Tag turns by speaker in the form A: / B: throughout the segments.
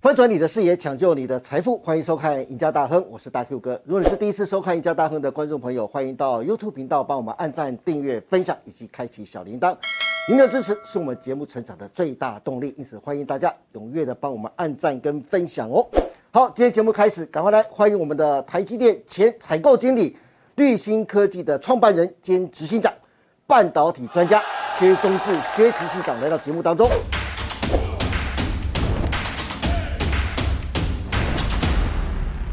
A: 翻转你的视野，抢救你的财富，欢迎收看《赢家大亨》，我是大 Q 哥。如果你是第一次收看《赢家大亨》的观众朋友，欢迎到 YouTube 频道帮我们按赞、订阅、分享以及开启小铃铛。您的支持是我们节目成长的最大动力，因此欢迎大家踊跃的帮我们按赞跟分享哦。好，今天节目开始，赶快来欢迎我们的台积电前采购经理、绿芯科技的创办人兼执行长、半导体专家薛中志薛执行长来到节目当中。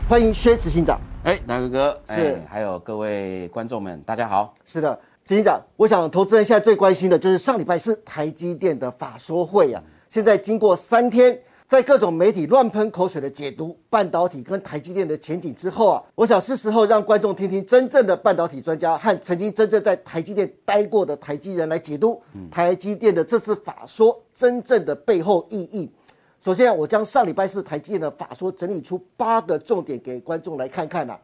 A: 欢迎薛执行长。
B: 哎，大哥哥，哎
A: 是
B: 还有各位观众们，大家好。
A: 是的，执行长，我想投资人现在最关心的就是上礼拜四台积电的法说会啊，现在经过三天，在各种媒体乱喷口水的解读半导体跟台积电的前景之后啊，我想是时候让观众听听真正的半导体专家和曾经真正在台积电待过的台积人来解读台积电的这次法说真正的背后意义。首先啊，我将上礼拜四台积电的法说整理出八个重点给观众来看看啊。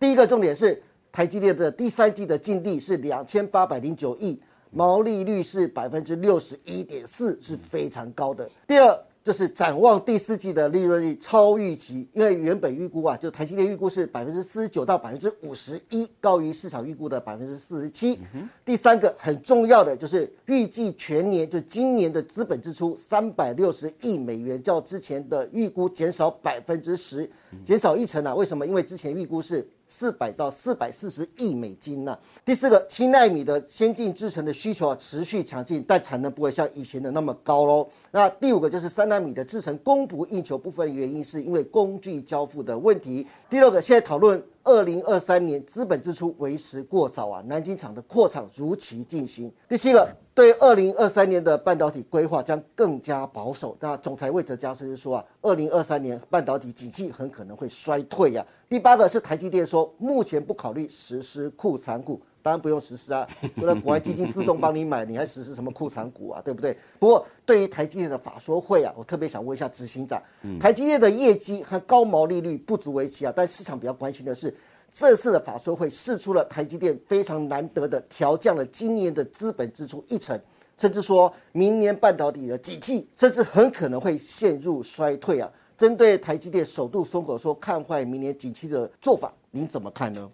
A: 第一个重点是台积电的第三季的净利是两千八百零九亿，毛利率是百分之六十一点四，是非常高的。第二就是展望第四季的利润率超预期，因为原本预估啊，就台积电预估是百分之四十九到百分之五十一，高于市场预估的百分之四十七。第三个很重要的就是预计全年就今年的资本支出三百六十亿美元，较之前的预估减少百分之十，减少一成啊。为什么？因为之前预估是四百到四百四十亿美金呢、啊第四个，七纳米的先进制程的需求啊持续强劲，但产能不会像以前的那么高喽。那第五个就是三纳米的制程供不应求，部分原因是因为工具交付的问题。第六个，现在讨论二零二三年资本支出为时过早啊，南京厂的扩厂如期进行。第七个，对二零二三年的半导体规划将更加保守。那总裁魏哲嘉甚至说啊，二零二三年半导体景气很可能会衰退呀、第八个是台积电说，目前不考虑实施库藏股。当然不用实施啊， 有了国外基金自动帮你买，你还实施什么库藏股啊，对不对？不过对于台积电的法说会啊，我特别想问一下执行长，台积电的业绩和高毛利率不足为奇啊，但市场比较关心的是，这次的法说会试出了台积电非常难得的调降了今年的资本支出一成，甚至说明年半导体的景气甚至很可能会陷入衰退啊。针对台积电首度松口说看坏明年景气的做法，您怎么看呢？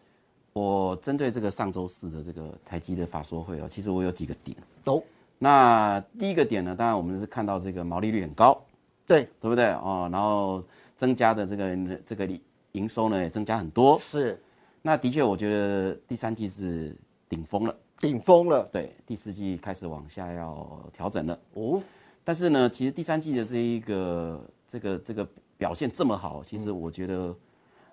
B: 我针对这个上周四的这个台积的法说会哦，其实我有几个点。
A: 懂，
B: 那第一个点呢，当然我们是看到这个毛利率很高，
A: 对，
B: 对不对哦？然后增加的这个这个利营收呢也增加很多。
A: 是
B: 那的确，我觉得第三季是顶峰了，
A: 顶峰了。
B: 对，第四季开始往下要调整了。
A: 哦，
B: 但是呢，其实第三季的这一个这个这个表现这么好，其
A: 嗯
B: 实我觉得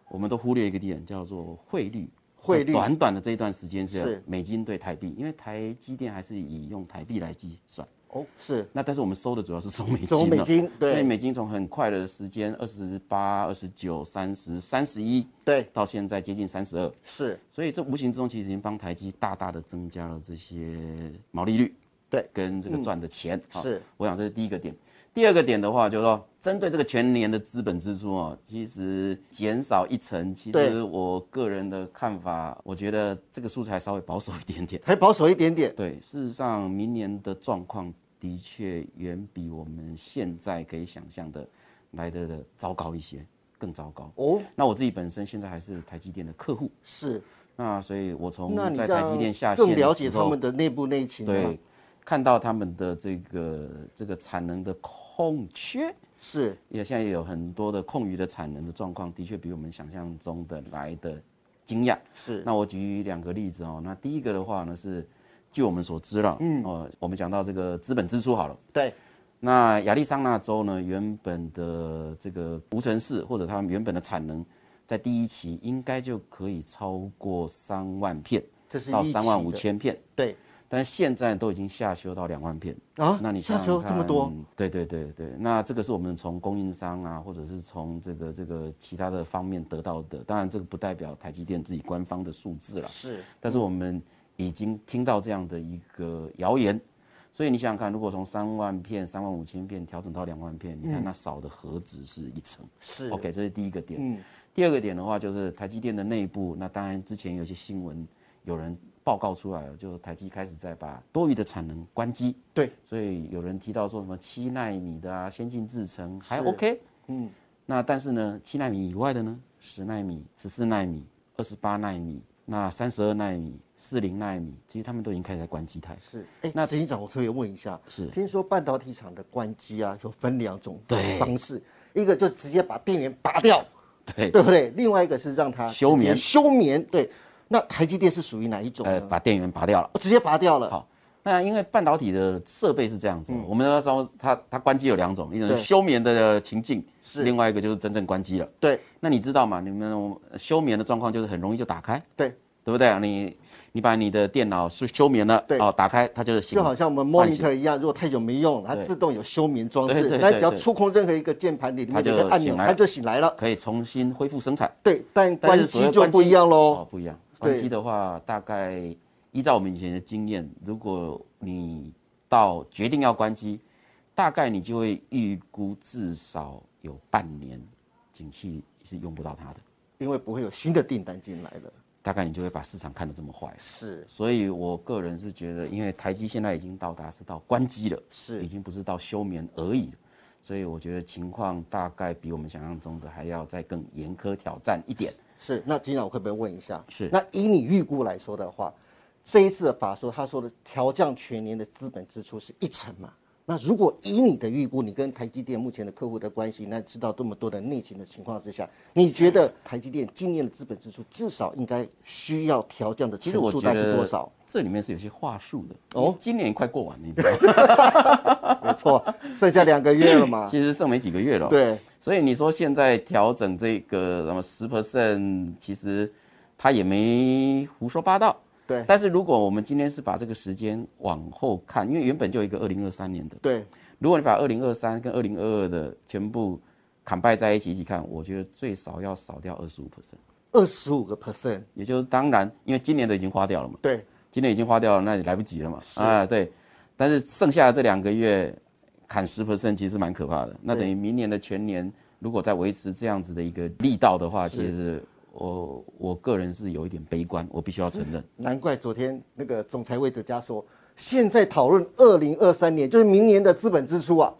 B: 我们都忽略一个点，叫做汇率。
A: 汇率
B: 在短短的这一段时间是
A: 是
B: 美金对台币，因为台积电还是以用台币来计算。
A: 哦，是
B: 那但是我们收的主要是收美金、啊
A: 收美，金，
B: 所以
A: 对
B: 美金从很快的时间二十八、二十九、三十、三十一，
A: 对
B: 到现在接近三十二，
A: 是，
B: 所以这无形之中其实已经帮台积大大的增加了这些毛利率，
A: 对，嗯
B: 跟这个赚的钱。好
A: 是，
B: 我想这是第一个点。第二个点的话，就是说针对这个全年的资本支出哦，其实减少一成。其
A: 对
B: 实我个人的看法，我觉得这个数字还稍微保守一点点。
A: 还保守一点点，
B: 对，事实上明年的状况的确远比我们现在可以想象的来的糟糕一些，更糟糕。
A: 哦，
B: 那我自己本身现在还是台积电的客户，
A: 是，
B: 那所以我从
A: 那你
B: 在
A: 这
B: 台
A: 样
B: 积电下线
A: 更
B: 的
A: 了
B: 时
A: 解他
B: 候
A: 们嗯的内部内情，啊
B: 对，，看到他们的这个这个产能的空缺，
A: 是
B: 也现在也有很多的空余的产能的状况，的确比我们想象中的来的惊讶。
A: 是
B: 那我举两个例子哦，那第一个的话呢是，据我们所知了，嗯，哦，我们讲到这个资本支出好了。
A: 对，
B: 那亚利桑那州呢，原本的这个无尘室或者它原本的产能，在第一期应该就可以超过三万片
A: 这是
B: 到
A: 预
B: 三万
A: 期
B: 五
A: 的，
B: 千片，
A: 对
B: 但是现在都已经下修到两万片。
A: 啊，
B: 那你
A: 下
B: 想
A: 修
B: 想
A: 这么多，
B: 看？对对对对，那这个是我们从供应商啊，或者是从这个这个其他的方面得到的。当然，这个不代表台积电自己官方的数字啦，
A: 是
B: 但是我们已经听到这样的一个谣言。所以你想想看，如果从三万片、三万五千片调整到两万片，你
A: 嗯
B: 看那少的何止是一成
A: 是嗯
B: ？OK，这是第一个点。第二个点的话，就是台积电的内部，那当然之前有一些新闻，有人报告出来了，就台积开始在把多余的产能关机。
A: 对，
B: 所以有人提到说什么七纳米的啊，先进制程还
A: 是
B: OK，嗯，那但是呢，七纳米以外的呢，十纳米、十四纳米、二十八纳米、那三十二纳米、四零纳米，其实他们都已经开始在关机台。
A: 是，哎，那
B: 那
A: 陈院长，我特别问一下，
B: 是
A: 听说半导体厂的关机啊，有分两种
B: 对
A: 方式，一个就是直接把电源拔掉，
B: 对，
A: 对不对？另外一个是让它
B: 休
A: 直
B: 眠
A: 接休眠。对，那台积电是属于哪一种
B: 呃，
A: 呢？
B: 把电源拔掉了。
A: 我直接拔掉了。
B: 好，那因为半导体的设备是这样子，我们那时候它它关机有两种，一种
A: 嗯对
B: 是休眠的情境，
A: 是
B: 另外一个就是真正关机了。
A: 对
B: 那你知道嘛？你们呃休眠的状况就是很容易就打开，
A: 对，
B: 对不对？你你把你的电脑是休眠了，
A: 对
B: 哦，打开它就是醒
A: 就
B: 了。
A: 好像我们
B: 唤醒
A: monitor 一样，如果太久没用了，它
B: 对
A: 自动有休眠装
B: 对
A: 置，
B: 对
A: 那
B: 对
A: 只要
B: 对
A: 触控任何一个键盘里面
B: 它
A: 的
B: 就
A: 一个按钮，
B: 醒来
A: 它
B: 了
A: 就醒来了。
B: 可以重新恢复生产。
A: 对，但
B: 但
A: 关
B: 是所
A: 机
B: 谓
A: 就
B: 关
A: 不一样喽。
B: 哦，不一样。
A: 对
B: 关机的话，大概依照我们以前的经验，如果你到决定要关机，大概你就会预估至少有半年，景气是用不到它的，
A: 因为不会有新的订单进来了。
B: 大概你就会把市场看得这么坏。
A: 是
B: 所以我个人是觉得，因为台积现在已经到达是到关机了，
A: 是
B: 已经不是到休眠而已了，所以我觉得情况大概比我们想象中的还要再更严苛挑战一点。
A: 是，那金长我可不可以问一下？
B: 是
A: 那以你预估来说的话，这一次的法说他说的调降全年的资本支出是一成嘛？那如果以你的预估，你跟台积电目前的客户的关系，那知道这么多的内情的情况之下，你觉得台积电今年的资本支出至少应该需要调降的
B: 其
A: 次
B: 实我
A: 数
B: 觉
A: 大概是
B: 得
A: 多少？
B: 这里面是有些话术的
A: 哦
B: 哦。今年快过完了，你知道吗？
A: 没错，剩下两个月了 嘛。
B: 其实剩没几个月了。，
A: 啊对，
B: 所以你说现在调整这个什么十 percent，其实他也没胡说八道。
A: 对
B: 但是如果我们今天是把这个时间往后看，因为原本就有一个二零二三年的，
A: 对，
B: 如果你把二零二三跟二零二二的全部砍败在一起一起看，我觉得最少要少掉二十五 percent。
A: 二十五个 percent，
B: 也就是当然，因为今年的已经花掉了嘛。
A: 对，
B: 今年已经花掉了，那也来不及了嘛。啊，对。但是剩下的这两个月砍十 percent 其实蛮可怕的。那等于明年的全年，如果再维持这样子的一个力道的话，
A: 是
B: 其实我我个人是有一点悲观，我必须要承认。
A: 难怪昨天那个总裁魏哲家说，现在讨论二零二三年，就是明年的资本支出啊，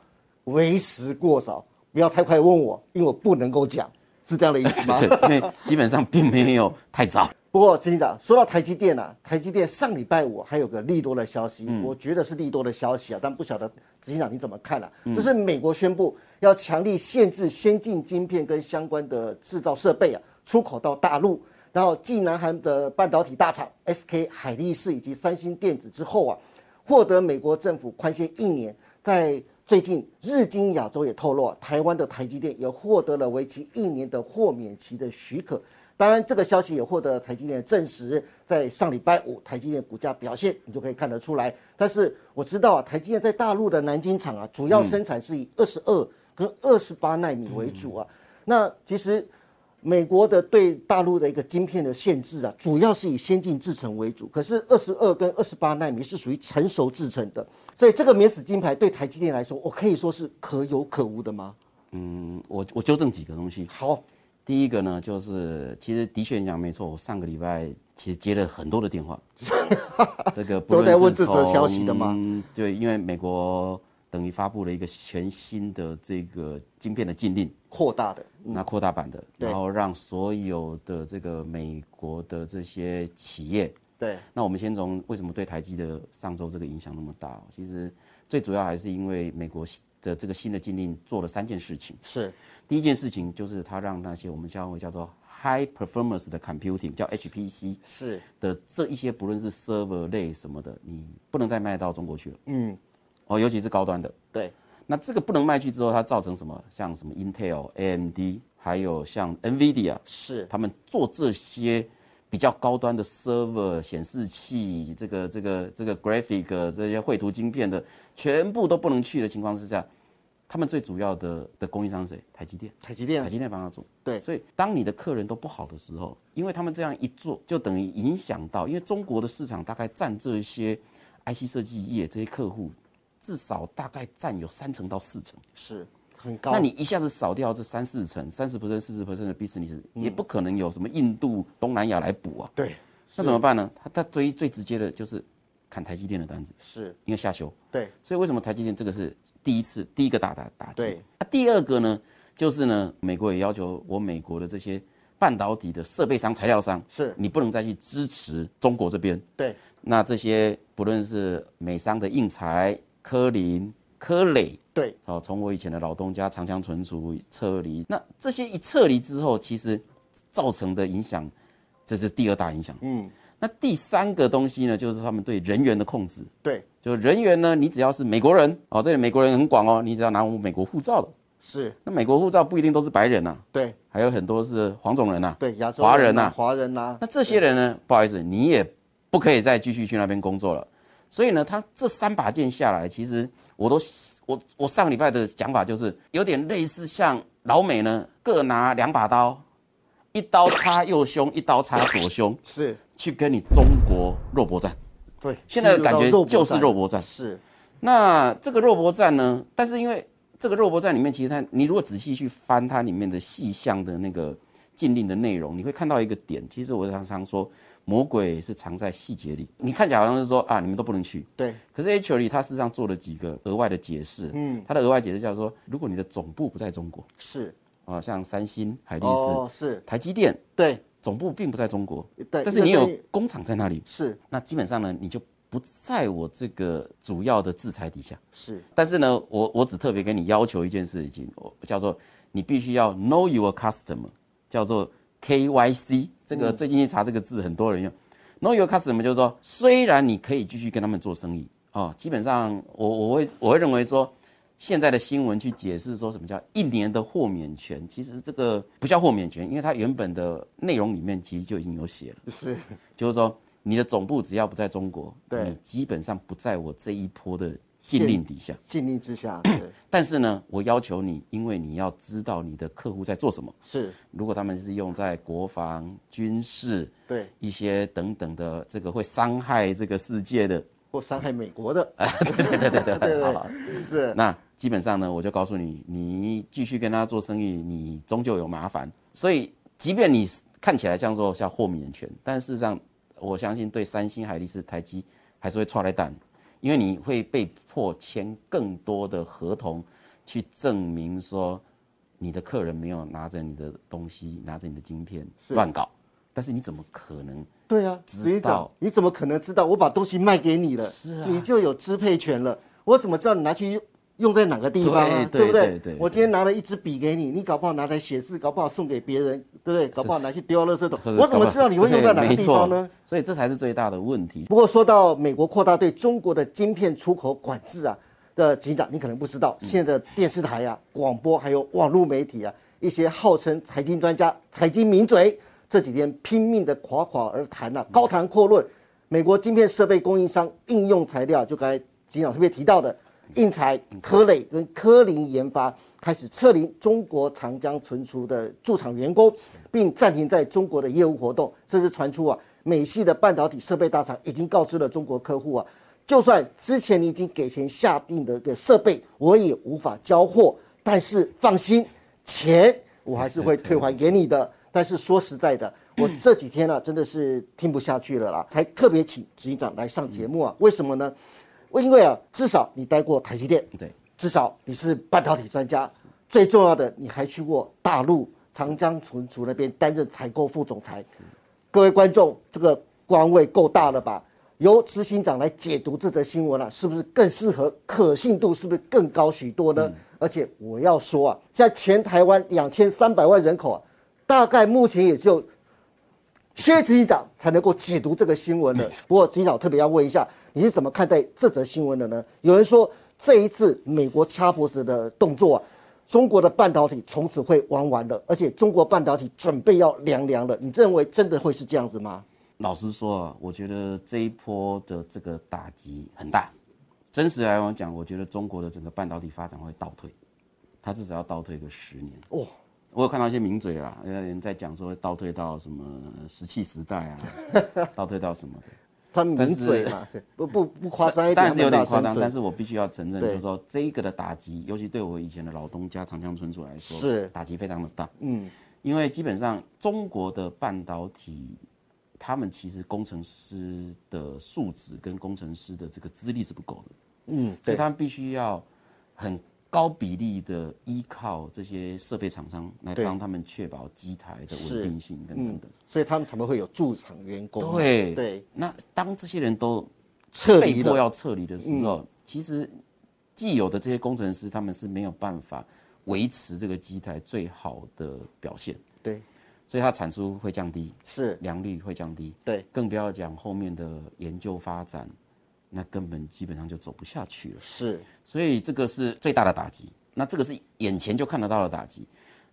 A: 为时过早，不要太快问我，因为我不能够讲， 是这样的意思吗？
B: 对，因为基本上并没有太早。
A: 不过，金长说到台积电啊，台积电上礼拜五还有个利多的消息，我觉得是利多的消息啊，但不晓得执行长你怎么看啊？就是美国宣布要强力限制先进晶片跟相关的制造设备啊出口到大陆，然后继南韩的半导体大厂 SK 海力士以及三星电子之后啊，获得美国政府宽限一年，在最近，日经亚洲也透露啊，台湾的台积电也获得了为期一年的豁免期的许可。当然，这个消息也获得了台积电的证实，在上礼拜五，台积电股价表现你就可以看得出来。但是我知道啊，台积电在大陆的南京厂啊，主要生产是以二十二跟二十八纳米为主啊。那其实美国的对大陆的一个晶片的限制啊，主要是以先进制程为主，可是二十二跟二十八纳米是属于成熟制程的，所以这个免死金牌对台积电来说，我可以说是可有可无的吗？
B: 嗯，我我纠正几个东西。
A: 好，
B: 第一个呢，就是其实的确你讲没错，我上个礼拜其实接了很多的电 话，这个不
A: 都在
B: 论是
A: 问这则消息的吗
B: 从？对，因为美国等于发布了一个全新的这个晶片的禁令，
A: 扩大的
B: 那扩大版的，
A: 嗯对
B: 然后让所有的这个美国的这些企业，
A: 对
B: 那我们先从为什么对台积的上周这个影响那么大哦？其实最主要还是因为美国的这个新的禁令做了三件事情。
A: 是
B: 第一件事情就是它让那些我们将会叫做 high performance 的 computing，叫 HPC
A: 是，
B: 的这一些，不论是 server 类什么的，你不能再卖到中国去了。嗯，哦，尤其是高端的。
A: 对
B: 那这个不能卖去之后，它造成什么？像什么 Intel、AMD，还有像 NVIDIA，
A: 是
B: 他们做这些比较高端的 server 显示器，这个这个这个 graphic 这些绘图晶片的，全部都不能去的情况之下，他们最主要的的供应商是谁？台积电。
A: 台积电
B: 台积电帮他做。
A: 对
B: 所以当你的客人都不好的时候，因为他们这样一做，就等于影响到，因为中国的市场大概占这些 IC 设计业这些客户，至少大概占有三成到四成。
A: 是很高，
B: 那你一下子少掉这三四成，三十 percent、四十 percent 的 business，、也不可能有什么印度、东南亚来补啊。
A: 对
B: 那怎么办呢？他他最最直接的就是砍台积电的单子，
A: 是
B: 因为下修。
A: 对
B: 所以为什么台积电这个是第一次第一个大打打击？
A: 对
B: 那第二个呢，就是呢，美国也要求我美国的这些半导体的设备商、材料商，
A: 是
B: 你不能再去支持中国这边。
A: 对，
B: 那这些不论是美商的应材、科林、科磊，
A: 对，
B: 哦，从我以前的老东家长江存储撤离，那这些一撤离之后，其实造成的影响，这是第二大影响。
A: 嗯，
B: 那第三个东西呢，就是他们对人员的控制。
A: 对，
B: 就人员呢，你只要是美国人哦，这里美国人很广哦，你只要拿我美国护照的，
A: 是，
B: 那美国护照不一定都是白人呐、啊
A: 对，
B: 还有很多是黄种人呐、
A: 对，亚洲
B: 华人啊呐、
A: 华人啊呐，
B: 那这些人呢，不好意思，你也不可以再继续去那边工作了。所以呢，他这三把剑下来，其实我都我我上礼拜的讲法就是有点类似像老美呢，各拿两把刀，一刀插右胸，一刀插左胸，
A: 是，
B: 去跟你中国肉搏战。
A: 对，
B: 现在的感觉
A: 进入到
B: 就
A: 肉
B: 是
A: 搏
B: 肉搏战
A: 战，。是，
B: 那这个肉搏战呢？但是因为这个肉搏战里面，其实它你如果仔细去翻它里面的细项的那个禁令的内容，你会看到一个点。其实我常常说，魔鬼是藏在细节里。你看起来好像是说啊，你们都不能去。
A: 对，
B: 可是 actually 它事实上做了几个额外的解释。嗯，它的额外解释叫做，如果你的总部不在中国
A: 是，
B: 啊，像三星、海力士、
A: 哦，是，
B: 台积电
A: 对，
B: 总部并不在中国，
A: 对，
B: 但是你有
A: 那这
B: 工厂在那里，
A: 是
B: 那基本上呢，你就不在我这个主要的制裁底下。
A: 是
B: 但是呢，我我只特别给你要求一件事情，我叫做你必须要 know your customer，叫做 KYC。这个最近一查这个字，很多人用、know your customer，就是说虽然你可以继续跟他们做生意哦，基本上我我会我会认为说。现在的新闻去解释说什么叫一年的豁免权，其实这个不叫豁免权，因为它原本的内容里面其实就已经有写了。
A: 是，
B: 就是说你的总部只要不在中国，
A: 对
B: 你基本上不在我这一波的禁令底下。
A: 禁令之 下，对
B: 但是呢，我要求你，因为你要知道你的客户在做什么。
A: 是，
B: 如果他们是用在国防、军事
A: 对，
B: 一些等等的这个会伤害这个世界的，
A: 或伤害美国的，
B: 哎对对对对
A: 对
B: 好好
A: 是
B: 那基本上呢，我就告诉你，你继续跟他做生意，你终究有麻烦。所以，即便你看起来像说像豁免权，但事实上，我相信对三星、海力士、台积还是会踹来蛋，因为你会被迫签更多的合同，去证明说你的客人没有拿着你的东西，拿着你的晶片
A: 是
B: 乱搞。但是你怎么可能？
A: 对啊，
B: 知
A: 执长
B: 道，
A: 你怎么可能知道我把东西卖给你了？
B: 是啊
A: 你就有支配权了。我怎么知道你拿去用用在哪个地方啊？
B: 对
A: 不
B: 对对对
A: 我今天拿了一支笔给你，你搞不好拿来写字，搞不好送给别人，对不对？搞不好拿去丢到垃圾桶
B: 或。者
A: 我怎
B: 搞
A: 么
B: 不
A: 知道你会用在哪个
B: 对
A: 地方
B: 没
A: 呢
B: 错？所以这才是最大的问题。
A: 不过说到美国扩大对中国的晶片出口管制啊的警长，你可能不知道，现在的电视台啊、广播还有网络媒体啊，一些号称财经专家、财经名嘴，这几天拼命的夸夸而谈啊，高谈阔论美国晶片设备供应商应用材料，就刚才警长特别提到的。应材、科磊跟科林研发开始撤离中国长江存储的驻场员工，并暂停在中国的业务活动，甚至传出啊，美系的半导体设备大厂已经告知了中国客户啊，就算之前你已经给钱下定的一个设备，我也无法交货，但是放心，钱我还是会退还给你的。但是说实在的，我这几天啊，真的是听不下去了啦，才特别请执行长来上节目啊，为什么呢？因为啊，至少你待过台积电，
B: 对，
A: 至少你是半导体专家，最重要的你还去过大陆长江存储那边担任采购副总裁。各位观众，这个官位够大了吧？由执行长来解读这则新闻啊，是不是更适合？可信度是不是更高许多呢？而且我要说啊，现在全台湾两千三百万人口啊，大概目前也只有薛执行长才能够解读这个新闻
B: 嗯
A: 的。不过，执行长我特别要问一下，你是怎么看待这则新闻的呢？有人说，这一次美国掐脖子的动作啊，中国的半导体从此会玩完了，而且中国半导体准备要凉凉了。你认为真的会是这样子吗？
B: 老实说啊，我觉得这一波的这个打击很大。真实来往讲，我觉得中国的整个半导体发展会倒退，它至少要倒退个十年。
A: 哇、
B: 我有看到一些名嘴啦，有人在讲说倒退到什么石器时代啊， 倒退到什么的。
A: 他抿嘴嘛，对不不不夸张一点，
B: 但是有点
A: 他
B: 夸
A: 们大
B: 张，
A: 声
B: 但
A: 嘴
B: 是我必须要承认，
A: 对
B: 就是说这一个的打击，尤其对我以前的老东家长江存储来说，
A: 是
B: 打击非常的大。嗯，因为基本上中国的半导体，他们其实工程师的素质跟工程师的这个资历是不够的，
A: 嗯，
B: 所
A: 对，
B: 以他们必须要很高比例的依靠这些设备厂商来
A: 对
B: 帮他们确保机台的
A: 是
B: 稳定性跟等等。
A: 所以他们才会有驻场员工嘛。
B: 对
A: 对，
B: 那当这些人都
A: 撤
B: 被
A: 离嗯
B: 迫
A: 了，
B: 要撤离的时候，其实既有的这些工程师他们是没有办法维持这个机台最好的表现，
A: 对，
B: 所以它产出会降低，
A: 是，
B: 良率会降低，
A: 对，
B: 更不要讲后面的研究发展，那根本基本上就走不下去了。
A: 是，
B: 所以这个是最大的打击。那这个是眼前就看得到的打击。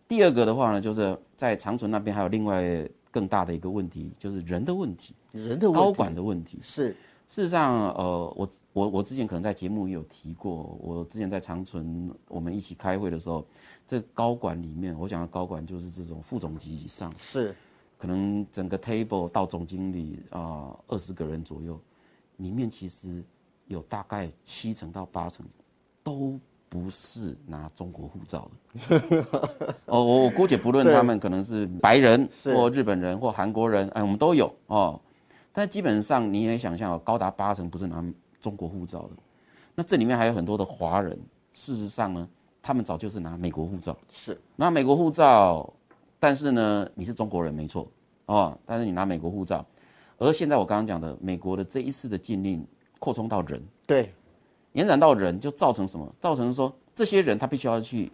B: 第二个的话呢，就是在长存那边还有另外更大的一个问题，就是人的问题，
A: 人的
B: 高
A: 问题
B: 管的问题。
A: 是
B: 事实上，呃，我我我之前可能在节目也有提过，我之前在长存我们一起开会的时候，这高管里面，我讲的高管就是这种副总级以上，
A: 是，
B: 可能整个 table 到总经理啊二十个人左右，里面其实有大概七成到八成都不是拿中国护照 的。哦，我我姑且不论
A: 对
B: 他们可能是白人
A: 是
B: 或日本人或韩国人，哎，我们都有哦。但基本上你也想象哦，高达八成不是拿中国护照的。那这里面还有很多的华人，事实上呢，他们早就是拿美国护照。
A: 是，
B: 拿美国护照，但是呢，你是中国人没错哦，但是你拿美国护照，而现在我刚刚讲的，美国的这一次的禁令扩充到人，
A: 对，
B: 延展到人，就造成什么？造成说这些人他必须要去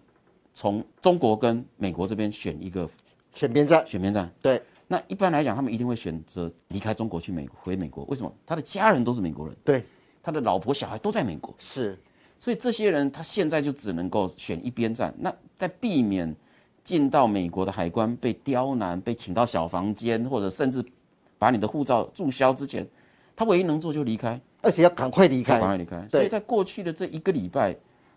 B: 从中国跟美国这边选一个
A: 选边站，
B: 选边站。
A: 对，
B: 那一般来讲，他们一定会选择离开中国去美回美国，为什么？他的家人都是美国人，
A: 对，
B: 他的老婆小孩都在美国。
A: 是，
B: 所以这些人他现在就只能够选一边站，那在避免进到美国的海关被刁难、被请到小房间，或者甚至把你的护照注销之前，他唯一能做就离开，
A: 而且要赶快离
B: 就赶
A: 开，
B: 快离开。所以在过去的这一个礼拜，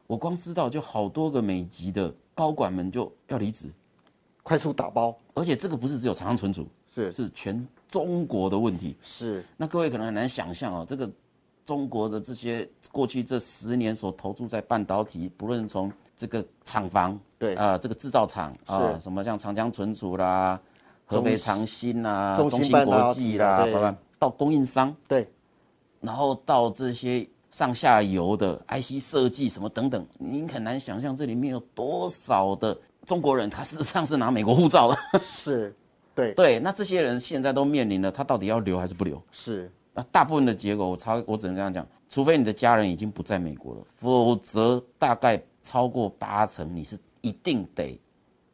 B: 我光知道就好多个美籍的高管们就要离职，
A: 快速打包，
B: 而且这个不是只有长安存储，
A: 是
B: 是全中国的问题。
A: 是，
B: 那各位可能很难想象哦，这个中国的这些过去这十年所投注在半导体，不论从这个厂房，
A: 对
B: 啊、这个制造厂啊、
A: 是
B: 什么像长江存储啦、合肥长兴啦、
A: 中
B: 中
A: 芯
B: 芯
A: 半导体啊
B: 国际啦，
A: 对
B: 慢慢到供应商，
A: 对，
B: 然后到这些上下游的 IC 设计什么等等，您很难想象这里面有多少的中国人，他事实上是拿美国护照的。
A: 是，对，
B: 对，那这些人现在都面临了，他到底要留还是不留？
A: 是，
B: 那大部分的结果，我超我只能这样讲，除非你的家人已经不在美国了，否则大概超过八成你是一定得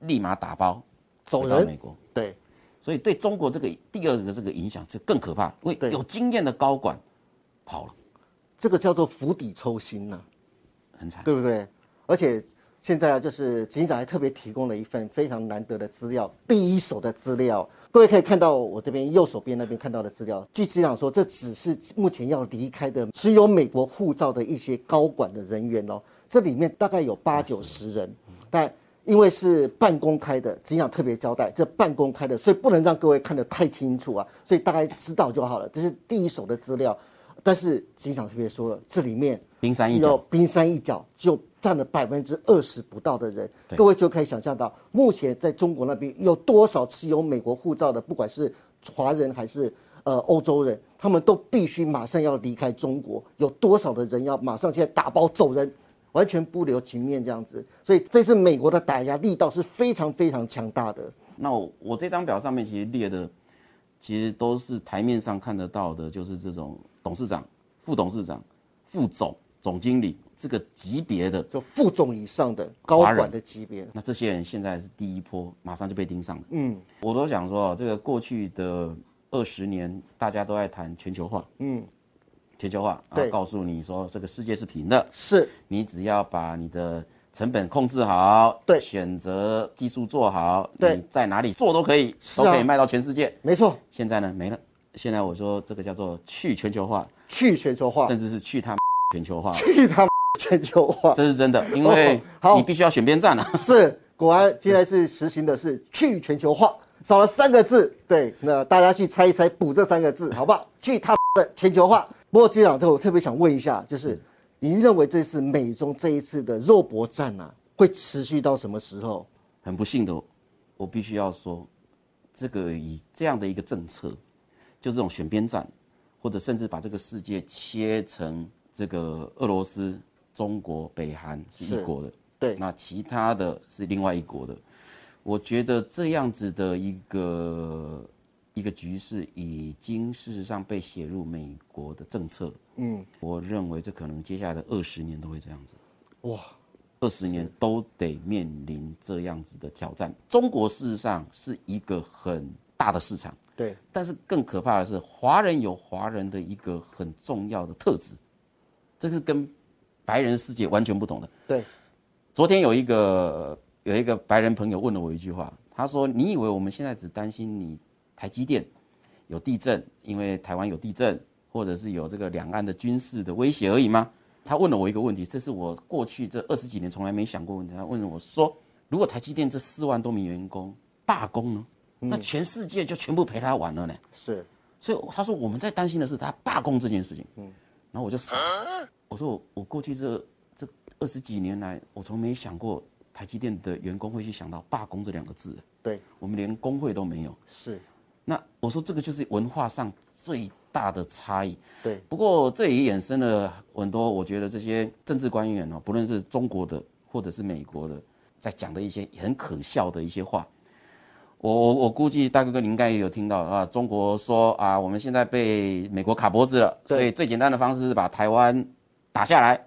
B: 立马打包
A: 走
B: 回到美
A: 人，
B: 国。
A: 对，
B: 所以对中国这个第二个这个影响就更可怕，因
A: 对
B: 为有经验的高管跑了，
A: 这个叫做釜底抽薪呐、
B: 很惨。
A: 对不对？而且现在啊，就是警长还特别提供了一份非常难得的资料，第一手的资料。各位可以看到我这边右手边那边看到的资料，据警长说，这只是目前要离开的持有美国护照的一些高管的人员哦，这里面大概有八九十人，但。因为是半公开的，警长特别交代，这半公开的，所以不能让各位看得太清楚啊，所以大概知道就好了，这是第一手的资料。但是警长特别说了，这里面
B: 冰山一
A: 只有
B: 角
A: 哦冰山一角，就占了百分之二十不到的人。各位就可以想象到，目前在中国那边有多少持有美国护照的，不管是华人还是呃欧洲人，他们都必须马上要离开中国，有多少的人要马上现在打包走人，完全不留情面这样子。所以这次美国的打压力道是非常非常强大的。
B: 那我我这张表上面其实列的，其实都是台面上看得到的，就是这种董事长、副董事长、副总、总经理这个级别的
A: 就副总以上的高
B: 华人
A: 管的级别，
B: 那这些人现在是第一波，马上就被盯上了。嗯，我都想说，这个过去的二十年，大家都在谈全球化。嗯，全球化，啊
A: 对，
B: 告诉你说这个世界是平的，
A: 是
B: 你只要把你的成本控制好，
A: 对
B: 选择技术做好，
A: 对
B: 你在哪里做都可以，
A: 是啊
B: 都可以卖到全世界。
A: 没错，
B: 现在呢，没了。现在我说这个叫做去全球化，
A: 去全球化，
B: 甚至是去他妈全球 化，
A: 去他妈全球化。
B: 这是真的，因为
A: 哦好
B: 你必须要选边站啊。
A: 是，果然现在是实行的是去全球化，少了三个字。对，那大家去猜一猜，补这三个字，好不 好？去他妈的全球化。不过机长，这我特别想问一下，就是您认为这次美中这一次的肉搏战啊，会持续到什么时候？
B: 很不幸的，我必须要说，这个以这样的一个政策，就这种选边站，或者甚至把这个世界切成这个俄罗斯、中国、北韩是一
A: 是
B: 国的，
A: 对
B: 那其他的是另外一国的。我觉得这样子的一个一个局势，已经事实上被写入美国的政策了。嗯，我认为这可能接下来的二十年都会这样子。
A: 哇，
B: 二十年都得面临这样子的挑战。中国事实上是一个很大的市场，
A: 对，
B: 但是更可怕的是，华人有华人的一个很重要的特质，这是跟白人世界完全不同的。
A: 对，
B: 昨天有一个有一个白人朋友问了我一句话，他说：“你以为我们现在只担心你台积电有地震，因为台湾有地震，或者是有这个两岸的军事的威胁而已吗？”他问了我一个问题，这是我过去这二十几年从来没想过的问题。他问了我说：“如果台积电这四万多名员工罢工呢？那全世界就全部陪他玩了呢？”
A: 是，
B: 所以他说我们在担心的是他罢工这件事情。嗯，然后我就傻了，我说我我过去这这二十几年来，我从没想过台积电的员工会去想到罢工这两个字，
A: 对，
B: 我们连工会都没有。
A: 是，
B: 那我说这个就是文化上最大的差异。
A: 对，
B: 不过这也衍生了很多，我觉得这些政治官员哦，不论是中国的或者是美国的，在讲的一些很可笑的一些话。我我我估计大哥哥您应该也有听到啊，中国说啊，我们现在被美国卡脖子了，
A: 对
B: 所以最简单的方式是把台湾打下来，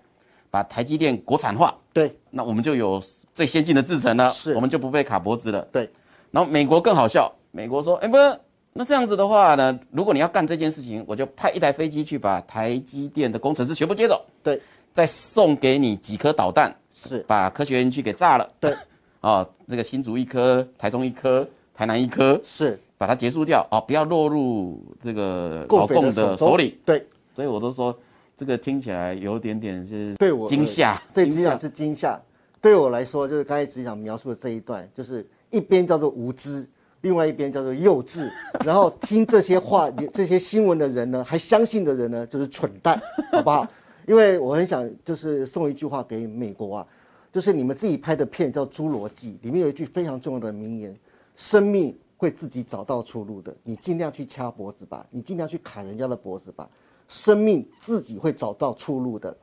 B: 把台积电国产化，
A: 对，
B: 那我们就有最先进的制程了，
A: 是
B: 我们就不被卡脖子了。
A: 对，
B: 然后美国更好笑，美国说，哎，不是，那这样子的话呢，如果你要干这件事情，我就派一台飞机去把台积电的工程师全部接走，
A: 对，
B: 再送给你几颗导弹，
A: 是，
B: 把科学园区给炸了。
A: 对，
B: 哦，这个新竹一颗，台中一颗，台南一颗，
A: 是，
B: 把它结束掉，哦，不要落入这个老
A: 共匪
B: 共的手里。，
A: 对，
B: 所以我都说，这个听起来有点点是
A: 对我
B: 惊吓，
A: 对，只想是惊吓。对我来说，就是刚才只想描述的这一段，就是一边叫做无知，另外一边叫做幼稚。然后听这些话、你这些新闻的人呢，还相信的人呢，就是蠢蛋，好不好？因为我很想就是送一句话给美国啊，就是你们自己拍的片叫《侏罗纪》，里面有一句非常重要的名言：生命会自己找到出路的。你尽量去掐脖子吧，你尽量去砍人家的脖子吧，生命自己会找到出路的。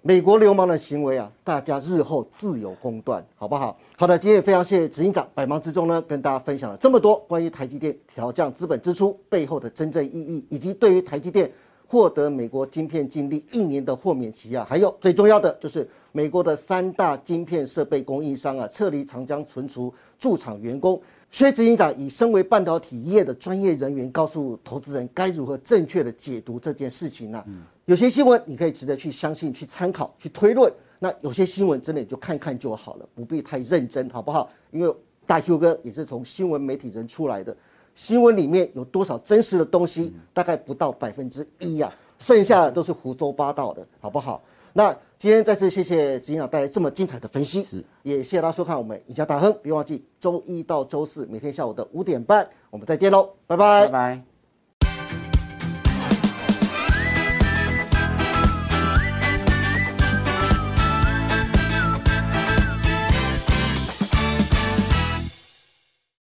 A: 美国流氓的行为啊，大家日后自有公断，好不好？好的，今天也非常谢谢执行长，百忙之中呢，跟大家分享了这么多关于台积电调降资本支出背后的真正意义，以及对于台积电获得美国晶片禁令一年的豁免期啊，还有最重要的就是美国的三大晶片设备供应商啊，撤离长江存储驻场员工。薛执行长以身为半导体业的专业人员，告诉投资人该如何正确的解读这件事情呢、有些新闻你可以值得去相信、去参考、去推论，那有些新闻真的你就看看就好了，不必太认真，好不好？因为大 Q 哥也是从新闻媒体人出来的，新闻里面有多少真实的东西，大概不到百分之一呀，剩下的都是胡诌八道的，好不好？那今天再次谢谢执行长带来这么精彩的分析，
B: 是
A: 也谢谢大家收看我们赢家大亨，别忘记周一到周四每天下午的五点半，我们再见喽，拜拜
B: 拜拜。